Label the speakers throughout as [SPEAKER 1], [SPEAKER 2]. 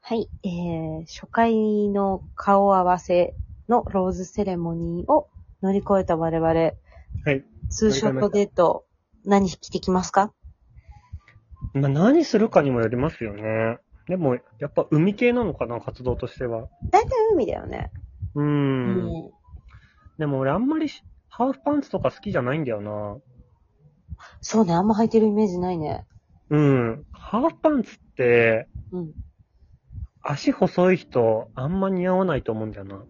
[SPEAKER 1] はい、えー、初回の顔合わせのローズセレモニーを乗り越えた我々、
[SPEAKER 2] はい。
[SPEAKER 1] ツーショットデート、何着てきますか
[SPEAKER 2] まあ、何するかにもよりますよね。でも、やっぱ海系なのかな、活動としては。
[SPEAKER 1] 大体海だよね。
[SPEAKER 2] うー。
[SPEAKER 1] うん
[SPEAKER 2] でも俺あんまりしハーフパンツとか好きじゃないんだよな。
[SPEAKER 1] そうね、あんま履いてるイメージないね。
[SPEAKER 2] うん。ハーフパンツって、
[SPEAKER 1] うん。
[SPEAKER 2] 足細い人、あんま似合わないと思うんだよな。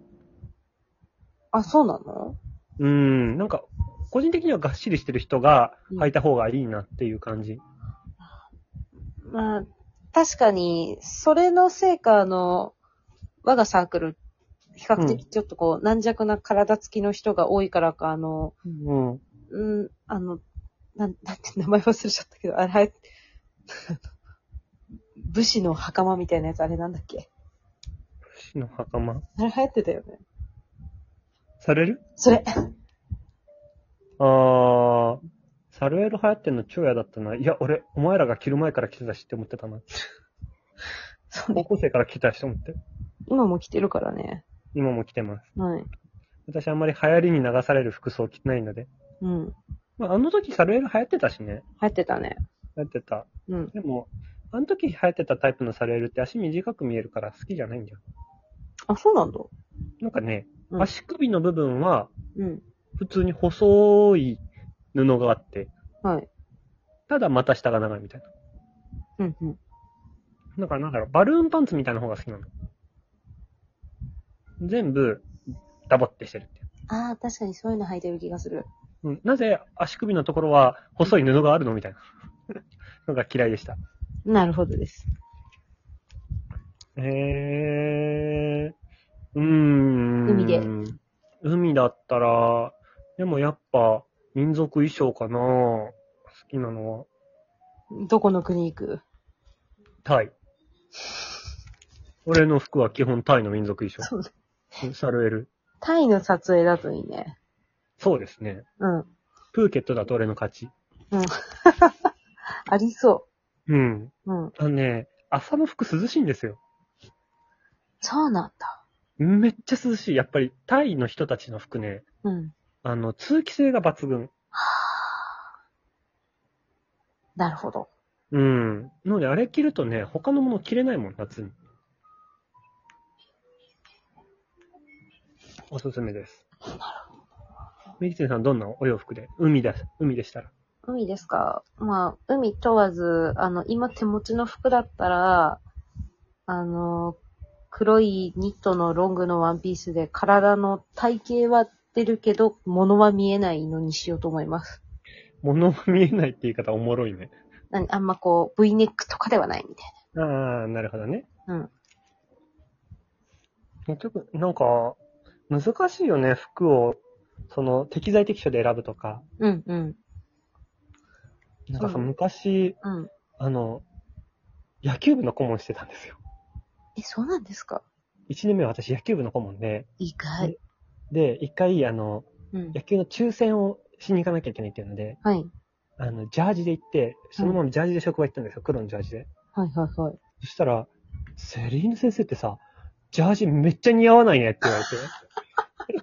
[SPEAKER 1] あ、そうなの
[SPEAKER 2] うん。なんか、個人的にはがっしりしてる人が
[SPEAKER 1] うん
[SPEAKER 2] 履いた方がいいなっていう感じ。
[SPEAKER 1] まあ、確かに、それのせいか、あの、我がサークル、比較的ちょっとこう、軟弱な体つきの人が多いからか、あの、
[SPEAKER 2] うん。
[SPEAKER 1] うん、あの、なん、なんて名前忘れちゃったけど、あれ、はい 武士の袴みたいなやつ、あれなんだっけ
[SPEAKER 2] 死の袴。
[SPEAKER 1] あれ流行ってたよね。
[SPEAKER 2] される
[SPEAKER 1] それ、
[SPEAKER 2] あー。サルエル流行ってんの超嫌だったな。いや、俺、お前らが着る前から着てたしって思ってたな。
[SPEAKER 1] そう
[SPEAKER 2] 高
[SPEAKER 1] ね。
[SPEAKER 2] 校生から着てたしと思って。
[SPEAKER 1] 今も着てるからね。
[SPEAKER 2] 今も着てます。
[SPEAKER 1] はい。
[SPEAKER 2] 私あんまり流行りに流される服装着てないので。
[SPEAKER 1] うん。流
[SPEAKER 2] まあ、あの時サルエル流行ってたしね。
[SPEAKER 1] 行ってたね。
[SPEAKER 2] 流行ってた。
[SPEAKER 1] うん。
[SPEAKER 2] でも、あの時流行ってたタイプのサルエルって足短く見えるから好きじゃないんだよ。
[SPEAKER 1] あ、そうなんだ。
[SPEAKER 2] なんかね、
[SPEAKER 1] うん
[SPEAKER 2] 足首の部分は
[SPEAKER 1] うん。
[SPEAKER 2] 普通に細い布があって、
[SPEAKER 1] はい。
[SPEAKER 2] ただ股下が長いみたいな。
[SPEAKER 1] うん、うん。
[SPEAKER 2] なんかなんだろう、バルーンパンツみたいな方が好きなの。全部、ダボってしてるっていう。
[SPEAKER 1] ああ、確かにそういうの履いてる気がする。
[SPEAKER 2] うん、なぜ足首のところは細い布があるのみたいな。 のが嫌いでした。
[SPEAKER 1] なるほどです。
[SPEAKER 2] へえー。うーん。
[SPEAKER 1] 海で。
[SPEAKER 2] 海だったら、でもやっぱ、民族衣装かな好きなのは。
[SPEAKER 1] どこの国行く
[SPEAKER 2] タイ。俺の服は基本タイの民族衣
[SPEAKER 1] そう
[SPEAKER 2] 装。サルエル。
[SPEAKER 1] タイの撮影だといいね。
[SPEAKER 2] そうですね。
[SPEAKER 1] うん。
[SPEAKER 2] プーケットだと俺の勝ち。
[SPEAKER 1] ありそ
[SPEAKER 2] うん。
[SPEAKER 1] う。うん。
[SPEAKER 2] あのね、朝の服涼しいんですよ。
[SPEAKER 1] そうなんだ。
[SPEAKER 2] めっちゃ涼しい。やっぱりタイの人たちの服ね、
[SPEAKER 1] うん。
[SPEAKER 2] あの、通気性が抜群。
[SPEAKER 1] なるほど。
[SPEAKER 2] うん。なので、あれ着るとね、他のもの着れないもん、夏に。おすすめです。ミキティさん、どんなお洋服で海だ、海でしたら。
[SPEAKER 1] 海ですかまあ、海問わず、あの、今手持ちの服だったら、あの、黒いニットのロングのワンピースで体の体型は出るけど、物は見えないのにしようと思います。
[SPEAKER 2] 物が見えないって言い方おもろいね。
[SPEAKER 1] 何あんまこう、V ネックとかではないみたい
[SPEAKER 2] ああ、なるほどね。
[SPEAKER 1] うん。
[SPEAKER 2] 結局、なんか、難しいよね、服を、その、適材適所で選ぶとか。
[SPEAKER 1] な。うん、うん、
[SPEAKER 2] なんかさ、
[SPEAKER 1] うん
[SPEAKER 2] 昔、
[SPEAKER 1] うん。
[SPEAKER 2] あの、野球部の顧問してたんですよ。
[SPEAKER 1] え、そうなんですか
[SPEAKER 2] 1年目は私野球部の顧問で、
[SPEAKER 1] 意外。
[SPEAKER 2] で、一回、あの、
[SPEAKER 1] うん。
[SPEAKER 2] 野球の抽選をしに行かなきゃいけないっていうので、
[SPEAKER 1] はい。
[SPEAKER 2] あの、ジャージで行って、そのままジャージで職場行ったんですよ、黒のジャージで。
[SPEAKER 1] はい、はい、はい。
[SPEAKER 2] そしたら、セリーヌ先生ってさ、ジャージめっちゃ似合わないねって言わ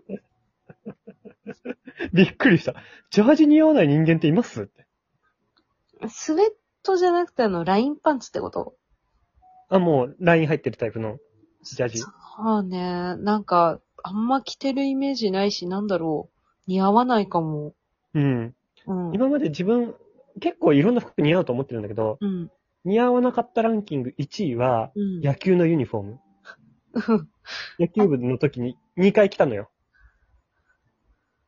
[SPEAKER 2] れて。 びっくりした。ジャージ似合わない人間っていますって。
[SPEAKER 1] スウェットじゃなくてあの、ラインパンツってこと
[SPEAKER 2] あ、もう、ライン入ってるタイプのジャージ。
[SPEAKER 1] そうね。なんか、あんま着てるイメージないし、なんだろう。似合わないかも。
[SPEAKER 2] うん。
[SPEAKER 1] うん。
[SPEAKER 2] 今まで自分、結構いろんな服似合うと思ってるんだけど、
[SPEAKER 1] うん。
[SPEAKER 2] 似合わなかったランキング1位は、
[SPEAKER 1] うん。
[SPEAKER 2] 野球のユニフォーム。
[SPEAKER 1] うん
[SPEAKER 2] 野球部の時に2回来たのよ。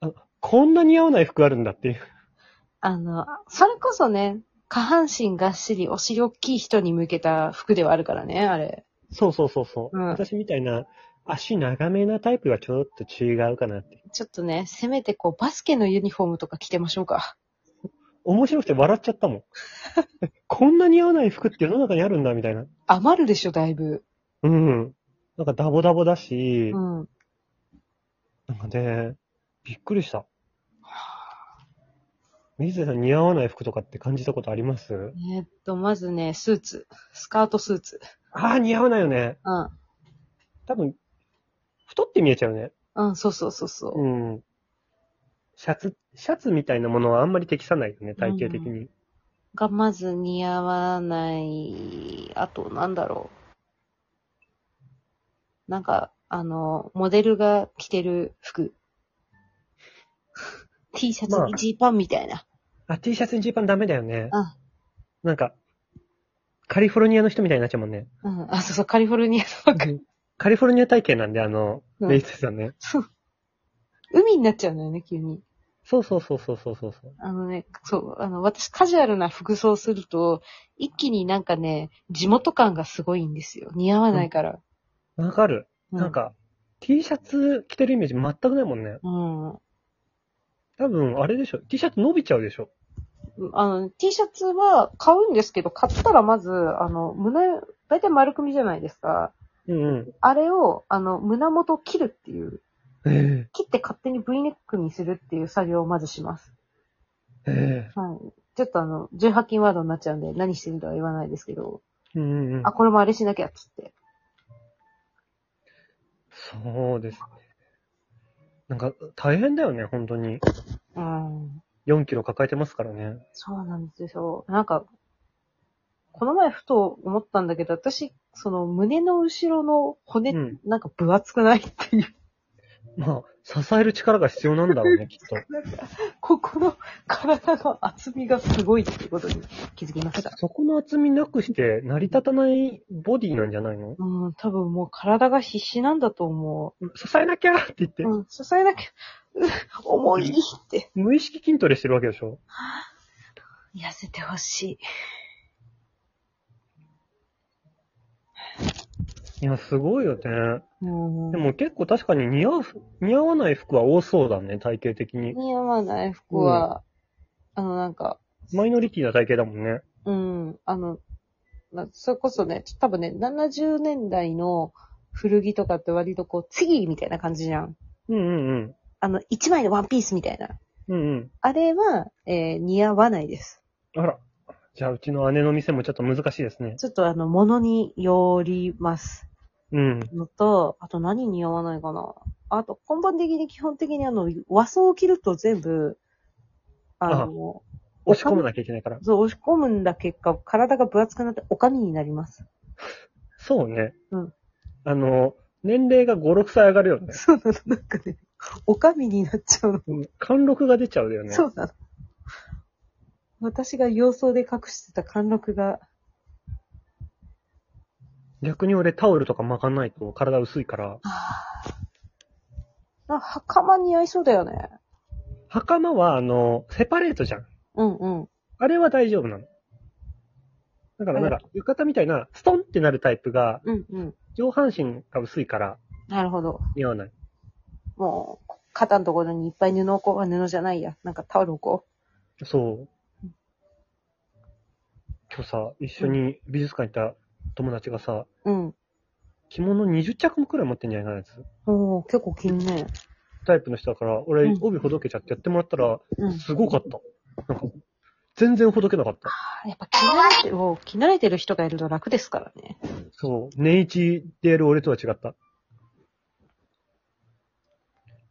[SPEAKER 2] あこんな似合わない服あるんだっていう。
[SPEAKER 1] あの、それこそね、下半身がっしり、お尻大きい人に向けた服ではあるからね、あれ。
[SPEAKER 2] そうそうそうそ
[SPEAKER 1] う
[SPEAKER 2] う、
[SPEAKER 1] ん
[SPEAKER 2] 私みたいな足長めなタイプはちょっと違うかなって。
[SPEAKER 1] ちょっとね、せめてこう、バスケのユニフォームとか着てましょうか。
[SPEAKER 2] 面白くて笑っちゃったもん。 こんな似合わない服って世の中にあるんだみたいな。
[SPEAKER 1] 余るでしょ、だいぶ。
[SPEAKER 2] うん。なんかダボダボだし、
[SPEAKER 1] うん。
[SPEAKER 2] なんかね、びっくりした。水谷さん似合わない服とかって感じたことあります
[SPEAKER 1] えーっと、まずね、スーツ。スカートスーツ。
[SPEAKER 2] ああ、似合わないよね。
[SPEAKER 1] うん。
[SPEAKER 2] 多分、太って見えちゃうね。
[SPEAKER 1] うん、そうそうそうそう。
[SPEAKER 2] うん。シャツ、シャツみたいなものはあんまり適さないよね、体型的に。
[SPEAKER 1] がまず似合わない、あとなんだろう。なんか、あの、モデルが着てる服。T シャツ
[SPEAKER 2] まあ
[SPEAKER 1] にジーパンみたいな。
[SPEAKER 2] あ、T シャツにジーパンダメだよね。
[SPEAKER 1] うん
[SPEAKER 2] なんか、カリフォルニアの人みたいになっちゃうもんね。
[SPEAKER 1] うん。あ、そうそう、カリフォルニアの 服。
[SPEAKER 2] カリフォルニア体型なんで、あの、
[SPEAKER 1] うん
[SPEAKER 2] レイスさんね。
[SPEAKER 1] 海になっちゃうんだよね、急に。
[SPEAKER 2] そうそうそうそうそうそうそう。
[SPEAKER 1] あのね、そう、あの、私カジュアルな服装すると、一気になんかね、地元感がすごいんですよ。似合わないから。
[SPEAKER 2] わかる。
[SPEAKER 1] う
[SPEAKER 2] なん。か、T シャツ着てるイメージ全くないもんね。
[SPEAKER 1] うん。
[SPEAKER 2] 多分、あれでしょ。T シャツ伸びちゃうでしょ。
[SPEAKER 1] あの、T シャツは買うんですけど、買ったらまず、あの、胸、大体丸組じゃないですか。
[SPEAKER 2] うん
[SPEAKER 1] あれを、あの、胸元を切るっていう、
[SPEAKER 2] うん。え
[SPEAKER 1] 切って勝手に V ネックにするっていう作業をまずします。
[SPEAKER 2] ええ
[SPEAKER 1] はい。ちょっとあの、18金ワードになっちゃうんで、何してるとは言わないですけど、
[SPEAKER 2] えうんうんうん
[SPEAKER 1] あ、。これもあれしなきゃっつって。
[SPEAKER 2] そうですね。なんか、大変だよね、本当に。
[SPEAKER 1] うん。
[SPEAKER 2] 4キロ抱えてますからね。
[SPEAKER 1] そうなんですよ。なんか、この前ふと思ったんだけど、私、その胸の後ろの骨、
[SPEAKER 2] うん
[SPEAKER 1] なんか分厚くないっていう。
[SPEAKER 2] まあ、支える力が必要なんだろ うね、きっと。
[SPEAKER 1] ここの体の厚みがすごいってことに気づきました。
[SPEAKER 2] そこの厚みなくして、成り立たないボディなんじゃないの
[SPEAKER 1] うん、多分もう体が必死なんだと思
[SPEAKER 2] 支えなきゃって言って
[SPEAKER 1] う。、うん、支えなきゃ、 うっ重いって。
[SPEAKER 2] 無意識筋トレしてるわけでしょ
[SPEAKER 1] 痩せてほしい。
[SPEAKER 2] いや、すごいよね。
[SPEAKER 1] うん
[SPEAKER 2] で。も結構確かに似合う、似合わない服は多そうだね、体型的に。
[SPEAKER 1] 似合わない服は、あのなんか、
[SPEAKER 2] マイノリティな体型だもんね。
[SPEAKER 1] うん、あの、なそれこそね、多分ね、70年代の古着とかって割とこう、次みたいな感じじゃん。
[SPEAKER 2] うんうんうん。
[SPEAKER 1] あの、一枚のワンピースみたいな。
[SPEAKER 2] うんうん。
[SPEAKER 1] あれは、えー似合わないです。
[SPEAKER 2] あら。じゃあ、うちの姉の店もちょっと難しいですね。
[SPEAKER 1] ちょっとあの、ものによります
[SPEAKER 2] うん。
[SPEAKER 1] のと、あと何に合わないかな。あと、根本的に基本的にあの、和装を着ると全部、あの、
[SPEAKER 2] 押し込まなきゃいけないから。
[SPEAKER 1] そう、押し込むんだ結果、体が分厚くなっておかみになります。
[SPEAKER 2] そうね。
[SPEAKER 1] うん。
[SPEAKER 2] あの、年齢が5、6歳上がるよね。
[SPEAKER 1] そうなの、なんかね、おかみになっちゃうの。
[SPEAKER 2] うん貫禄が出ちゃうよね。
[SPEAKER 1] そうなの。私が洋装で隠してた貫禄が、
[SPEAKER 2] 逆に俺タオルとか巻かないと体薄いから、
[SPEAKER 1] な袴似合いそうだよね。
[SPEAKER 2] 袴はあの、セパレートじゃん。
[SPEAKER 1] うんうん。
[SPEAKER 2] あれは大丈夫なの。だからなんか、浴衣みたいな、ストンってなるタイプが、
[SPEAKER 1] うんうん。
[SPEAKER 2] 上半身が薄いから
[SPEAKER 1] なるほど。
[SPEAKER 2] 似合わない。
[SPEAKER 1] もう、肩のところにいっぱい布をこう、あ布じゃないや。なんかタオルをこ
[SPEAKER 2] そう。今日さ、一緒に美術館行った友達がさ、
[SPEAKER 1] う。うん。
[SPEAKER 2] 着物20着もくらい持ってんじゃないかなやつ。
[SPEAKER 1] おー、結構気にね。
[SPEAKER 2] タイプの人だから、俺
[SPEAKER 1] うん、
[SPEAKER 2] 帯ほどけちゃってやってもらったら、
[SPEAKER 1] うん。
[SPEAKER 2] すごかった。なんか、全然ほどけなかった。
[SPEAKER 1] やっぱ着慣れてる、もう着慣れてる人がいると楽ですからね。
[SPEAKER 2] そう。年一でやる俺とは違った。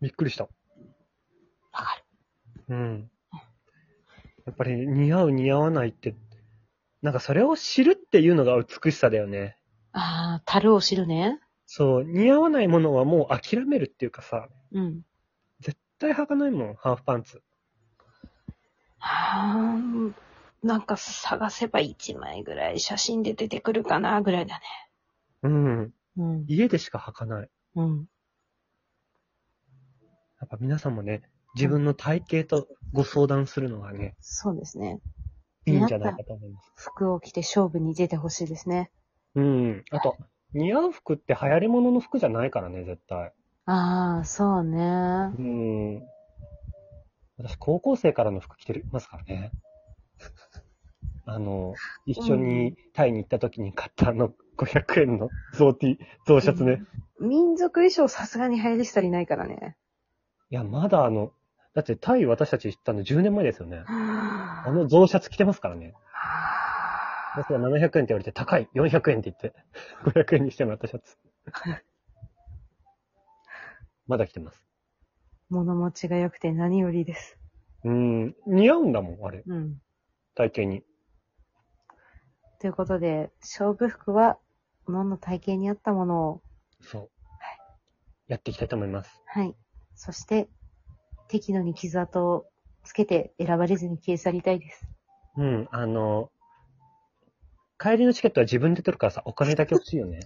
[SPEAKER 2] びっくりした。
[SPEAKER 1] わかる。
[SPEAKER 2] うん。やっぱり似合う似合わないって、なんかそれを知るっていうのが美しさだよね。
[SPEAKER 1] あー、樽を知るね。
[SPEAKER 2] そう。似合わないものはもう諦めるっていうかさ、
[SPEAKER 1] うん。
[SPEAKER 2] 絶対履かないもん、ハーフパンツ。
[SPEAKER 1] あー、なんか探せば一枚ぐらい写真で出てくるかな、ぐらいだね。
[SPEAKER 2] うん。
[SPEAKER 1] うん。
[SPEAKER 2] 家でしか履かない。
[SPEAKER 1] うん。
[SPEAKER 2] やっぱ皆さんもね、自分の体型とご相談するのがね、
[SPEAKER 1] そうですね。
[SPEAKER 2] いいんじゃないかと思います。
[SPEAKER 1] 服を着て勝負に出てほしいですね。
[SPEAKER 2] うん。あと、似合う服って流行り物の服じゃないからね、絶対。
[SPEAKER 1] あー、そうね。
[SPEAKER 2] うん。私、高校生からの服着てますからね。あの、一緒にタイに行った時に買ったあの、500円のゾーティー、ゾーシャツね。
[SPEAKER 1] 民族衣装さすがに流行りしたりないからね。
[SPEAKER 2] いや、まだあの、だってタイ私たち行ったの10年前ですよね。あ
[SPEAKER 1] あ
[SPEAKER 2] の増シャツ着てますからね。私は700円って言われて高い !400 円って言って、500円にしてもらったシャツ。 まだ着てます。
[SPEAKER 1] 物持ちが良くて何よりです。
[SPEAKER 2] うん、似合うんだもん、あれ。
[SPEAKER 1] うん。
[SPEAKER 2] 体型に。
[SPEAKER 1] ということで、勝負服は、のんの体型に合ったものを、
[SPEAKER 2] そう。やっていきたいと思います。
[SPEAKER 1] はい。そして、適度に傷跡をつけて選ばれずに消え去りたいです。
[SPEAKER 2] うん、あの、帰りのチケットは自分で取るからさ、お金だけ欲しいよね。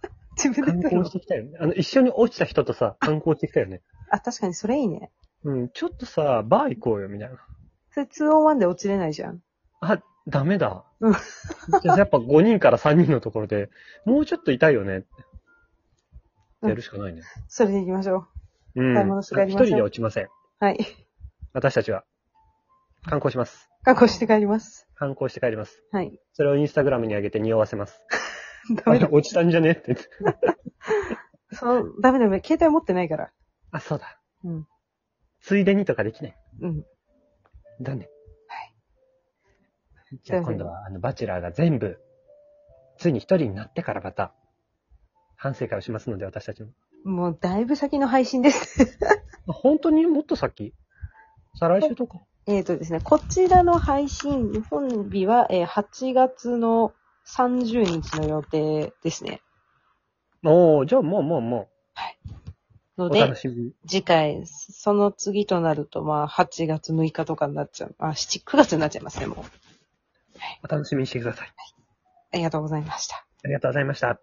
[SPEAKER 1] 自分
[SPEAKER 2] 観
[SPEAKER 1] で撮る
[SPEAKER 2] 光
[SPEAKER 1] の
[SPEAKER 2] してきたよね。あの、一緒に落ちた人 とさ、観光してきたよね。
[SPEAKER 1] あ、確かにそれいいね。
[SPEAKER 2] うん、ちょっとさ、バー行こうよ、みたいな。
[SPEAKER 1] それ 2on1 で落ちれないじゃん。
[SPEAKER 2] あ、ダメだ
[SPEAKER 1] うん。
[SPEAKER 2] じゃあやっぱ5人から3人のところで、もうちょっといたいよね。
[SPEAKER 1] うん
[SPEAKER 2] やるしかないね。
[SPEAKER 1] それで行きましょ
[SPEAKER 2] うん。
[SPEAKER 1] 買い物して帰り
[SPEAKER 2] 一
[SPEAKER 1] ましょう
[SPEAKER 2] 人では落ちません。
[SPEAKER 1] う。はい。
[SPEAKER 2] 私たちは。観光します。
[SPEAKER 1] 確保して帰ります。
[SPEAKER 2] 観光して帰ります。
[SPEAKER 1] はい。
[SPEAKER 2] それをインスタグラムに上げて匂わせます。
[SPEAKER 1] ダ
[SPEAKER 2] あ
[SPEAKER 1] メ
[SPEAKER 2] れ
[SPEAKER 1] だ。
[SPEAKER 2] 落ちたんじゃねって言って。
[SPEAKER 1] そう、ダメダメ。携帯持ってないから。
[SPEAKER 2] あ、そうだ。
[SPEAKER 1] うん。
[SPEAKER 2] ついでにとかできない。
[SPEAKER 1] うん。
[SPEAKER 2] だね。
[SPEAKER 1] はい。
[SPEAKER 2] じゃあ
[SPEAKER 1] ということで
[SPEAKER 2] 今度は、あの、バチェラーが全部、ついに一人になってからまた、反省会をしますので、私たちも。
[SPEAKER 1] もうだいぶ先の配信です。
[SPEAKER 2] まあ本当にもっと先再来週とか
[SPEAKER 1] えっとですね、こちらの配信、本日は、えー8月の30日の予定ですね。
[SPEAKER 2] おー、じゃあもうもうもう、
[SPEAKER 1] の
[SPEAKER 2] お
[SPEAKER 1] で
[SPEAKER 2] 楽、しみに。
[SPEAKER 1] 次回、その次となると、まあ、8月6日とかになっちゃう。あ、7、9月になっちゃいますね、もう。
[SPEAKER 2] お楽しみにしてください。
[SPEAKER 1] ありがとうございました。
[SPEAKER 2] ありがとうございました。